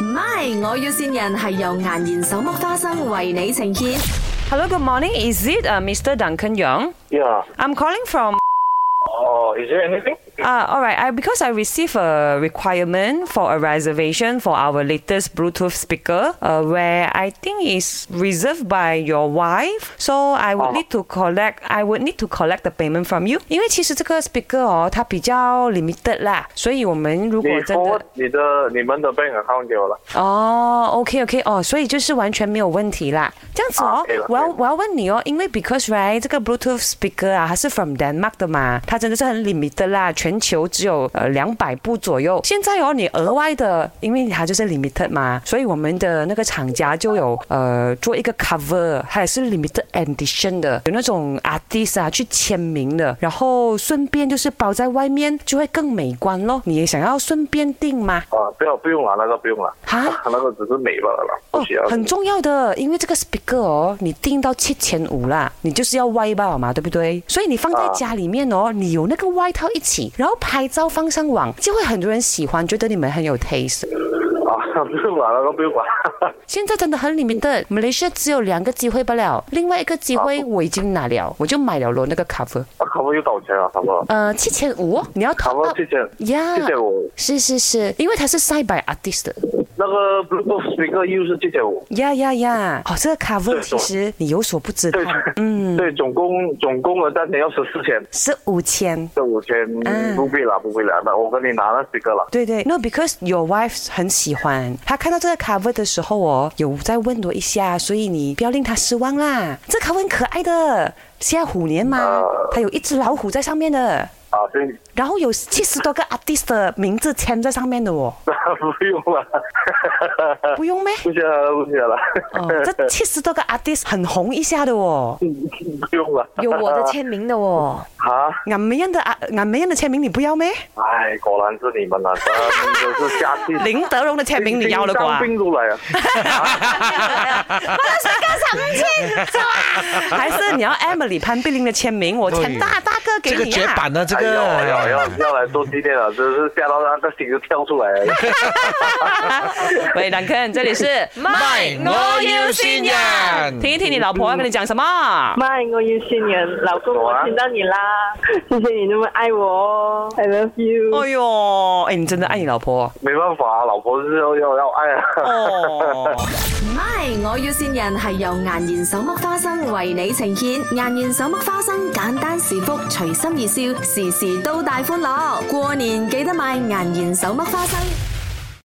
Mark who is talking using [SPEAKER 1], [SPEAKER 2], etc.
[SPEAKER 1] MY，我要線人係由顏然手剝花生為你呈現。
[SPEAKER 2] Hello, good morning. Is it uh, Mr. Duncan Young?
[SPEAKER 3] Yeah.
[SPEAKER 2] I'm calling from.
[SPEAKER 3] Oh, is there anything?
[SPEAKER 2] Uh, all right, I, because I received a requirement for a reservation for our latest Bluetooth speaker, uh, where I think is reserved by your wife. So I would
[SPEAKER 3] Oh.
[SPEAKER 2] need to collect. I would need to collect the payment from you. 因为其实这个 speaker 哦，它比较 limited 啦，所以我们如
[SPEAKER 3] 你
[SPEAKER 2] 果真
[SPEAKER 3] forward
[SPEAKER 2] 的
[SPEAKER 3] 你的你们的 bank account 给我了。
[SPEAKER 2] 哦，OK OK，哦，所以就是完全没有问题啦。这样子
[SPEAKER 3] 啊
[SPEAKER 2] 哦
[SPEAKER 3] 可以了，
[SPEAKER 2] 我要
[SPEAKER 3] 可以了
[SPEAKER 2] 我要问你哦，因为 because right 这个 Bluetooth speaker 啊，它是 from Denmark 的嘛，它真的是很 limit 的啦，全球只有呃两百部左右。现在哦，你额外的，因为它就是 limited 嘛，所以我们的那个厂家就有呃做一个 cover，它也是 limited edition 的，有那种 artist 啊去签名的，然后顺便就是包在外面就会更美观咯。你也想要顺便订吗？
[SPEAKER 3] 啊，不要不用了，那个不用了。啊
[SPEAKER 2] 哈
[SPEAKER 3] 那个只是美罢了，不
[SPEAKER 2] 哦
[SPEAKER 3] 需要，。
[SPEAKER 2] 很重要的，因为这个 speaker 哦，你定到七千五啦，你就是要外包嘛，对不对？所以你放在
[SPEAKER 3] 啊
[SPEAKER 2] 家里面哦，你有那个外套一起，然后拍照放上网，就会很多人喜欢，觉得你们很有 taste。
[SPEAKER 3] 啊，不用了，那个不用了。 啊
[SPEAKER 2] 现在真的很 limited，马来西亚只有两个机会不了，另外一个机会我已经拿了，我就买了咯那个 cover，
[SPEAKER 3] 啊，可不又倒钱啊，差不多，
[SPEAKER 2] 呃，七千五，你要
[SPEAKER 3] 差
[SPEAKER 2] top
[SPEAKER 3] 不
[SPEAKER 2] up
[SPEAKER 3] 多谢谢，
[SPEAKER 2] 呀
[SPEAKER 3] 谢谢我。
[SPEAKER 2] 是是是，因为它是 side by artist 的。
[SPEAKER 3] 那个 Bluetooth speaker 又是谢谢我。
[SPEAKER 2] 呀呀呀！哦，这个 cover
[SPEAKER 3] 对
[SPEAKER 2] 其实你有所不知道
[SPEAKER 3] 对，，嗯，对，总共总共的单钱要十四千，
[SPEAKER 2] 是五千。
[SPEAKER 3] 这五千
[SPEAKER 2] 嗯
[SPEAKER 3] 不贵了，不贵了。那我跟你拿那 speaker 了。
[SPEAKER 2] 对对，no because your wife 很喜欢，她看到这个 cover 的时候哦，有再问多一下，所以你不要令她失望啦。这 cover 很可爱的，现在虎年嘛，它有一只老虎在上面的，
[SPEAKER 3] 啊，对，
[SPEAKER 2] 然后有七十多个 artist 的名字签在上面的哦，
[SPEAKER 3] 那 不用了，
[SPEAKER 2] 不用咩？
[SPEAKER 3] 不需要了，不需要了，
[SPEAKER 2] 哦，这七十多个 artist 很红一下的哦，
[SPEAKER 3] 不用了。
[SPEAKER 4] 有我的签名的哦，
[SPEAKER 3] 啊。
[SPEAKER 2] 俺们人的啊，俺们人的签名你不要咩？
[SPEAKER 3] 唉，果然是你们啊！真的是下次
[SPEAKER 2] 林德荣的签名你要了啩？
[SPEAKER 3] 冰出来啊！
[SPEAKER 2] 还是你要 Emily 潘碧玲的签名？我签
[SPEAKER 5] 对
[SPEAKER 2] 大大个给
[SPEAKER 5] 这
[SPEAKER 2] 你、啊。
[SPEAKER 5] 个绝版的这
[SPEAKER 3] 哎
[SPEAKER 5] 个，
[SPEAKER 3] 要要要要来做纪念了，真是吓到那个心就跳出来了。
[SPEAKER 2] 喂，兰肯，这里是
[SPEAKER 5] My，我要先人
[SPEAKER 2] 听一听你老婆要跟你讲什么。
[SPEAKER 6] 妈，我要新人，老公，
[SPEAKER 3] 走
[SPEAKER 6] 我
[SPEAKER 3] 啊
[SPEAKER 6] 听到你啦，谢谢你那么爱我哦，I love you。
[SPEAKER 2] 哎呦，哎，你真的爱你老婆
[SPEAKER 3] 没办法，老婆是要要要爱啊。
[SPEAKER 2] 哦。
[SPEAKER 1] MY，我要線人係由顏然手剝花生為你呈現。顏然手剝花生，簡單是福，隨心而笑，時時都大歡樂。過年記得買顏然手剝花生。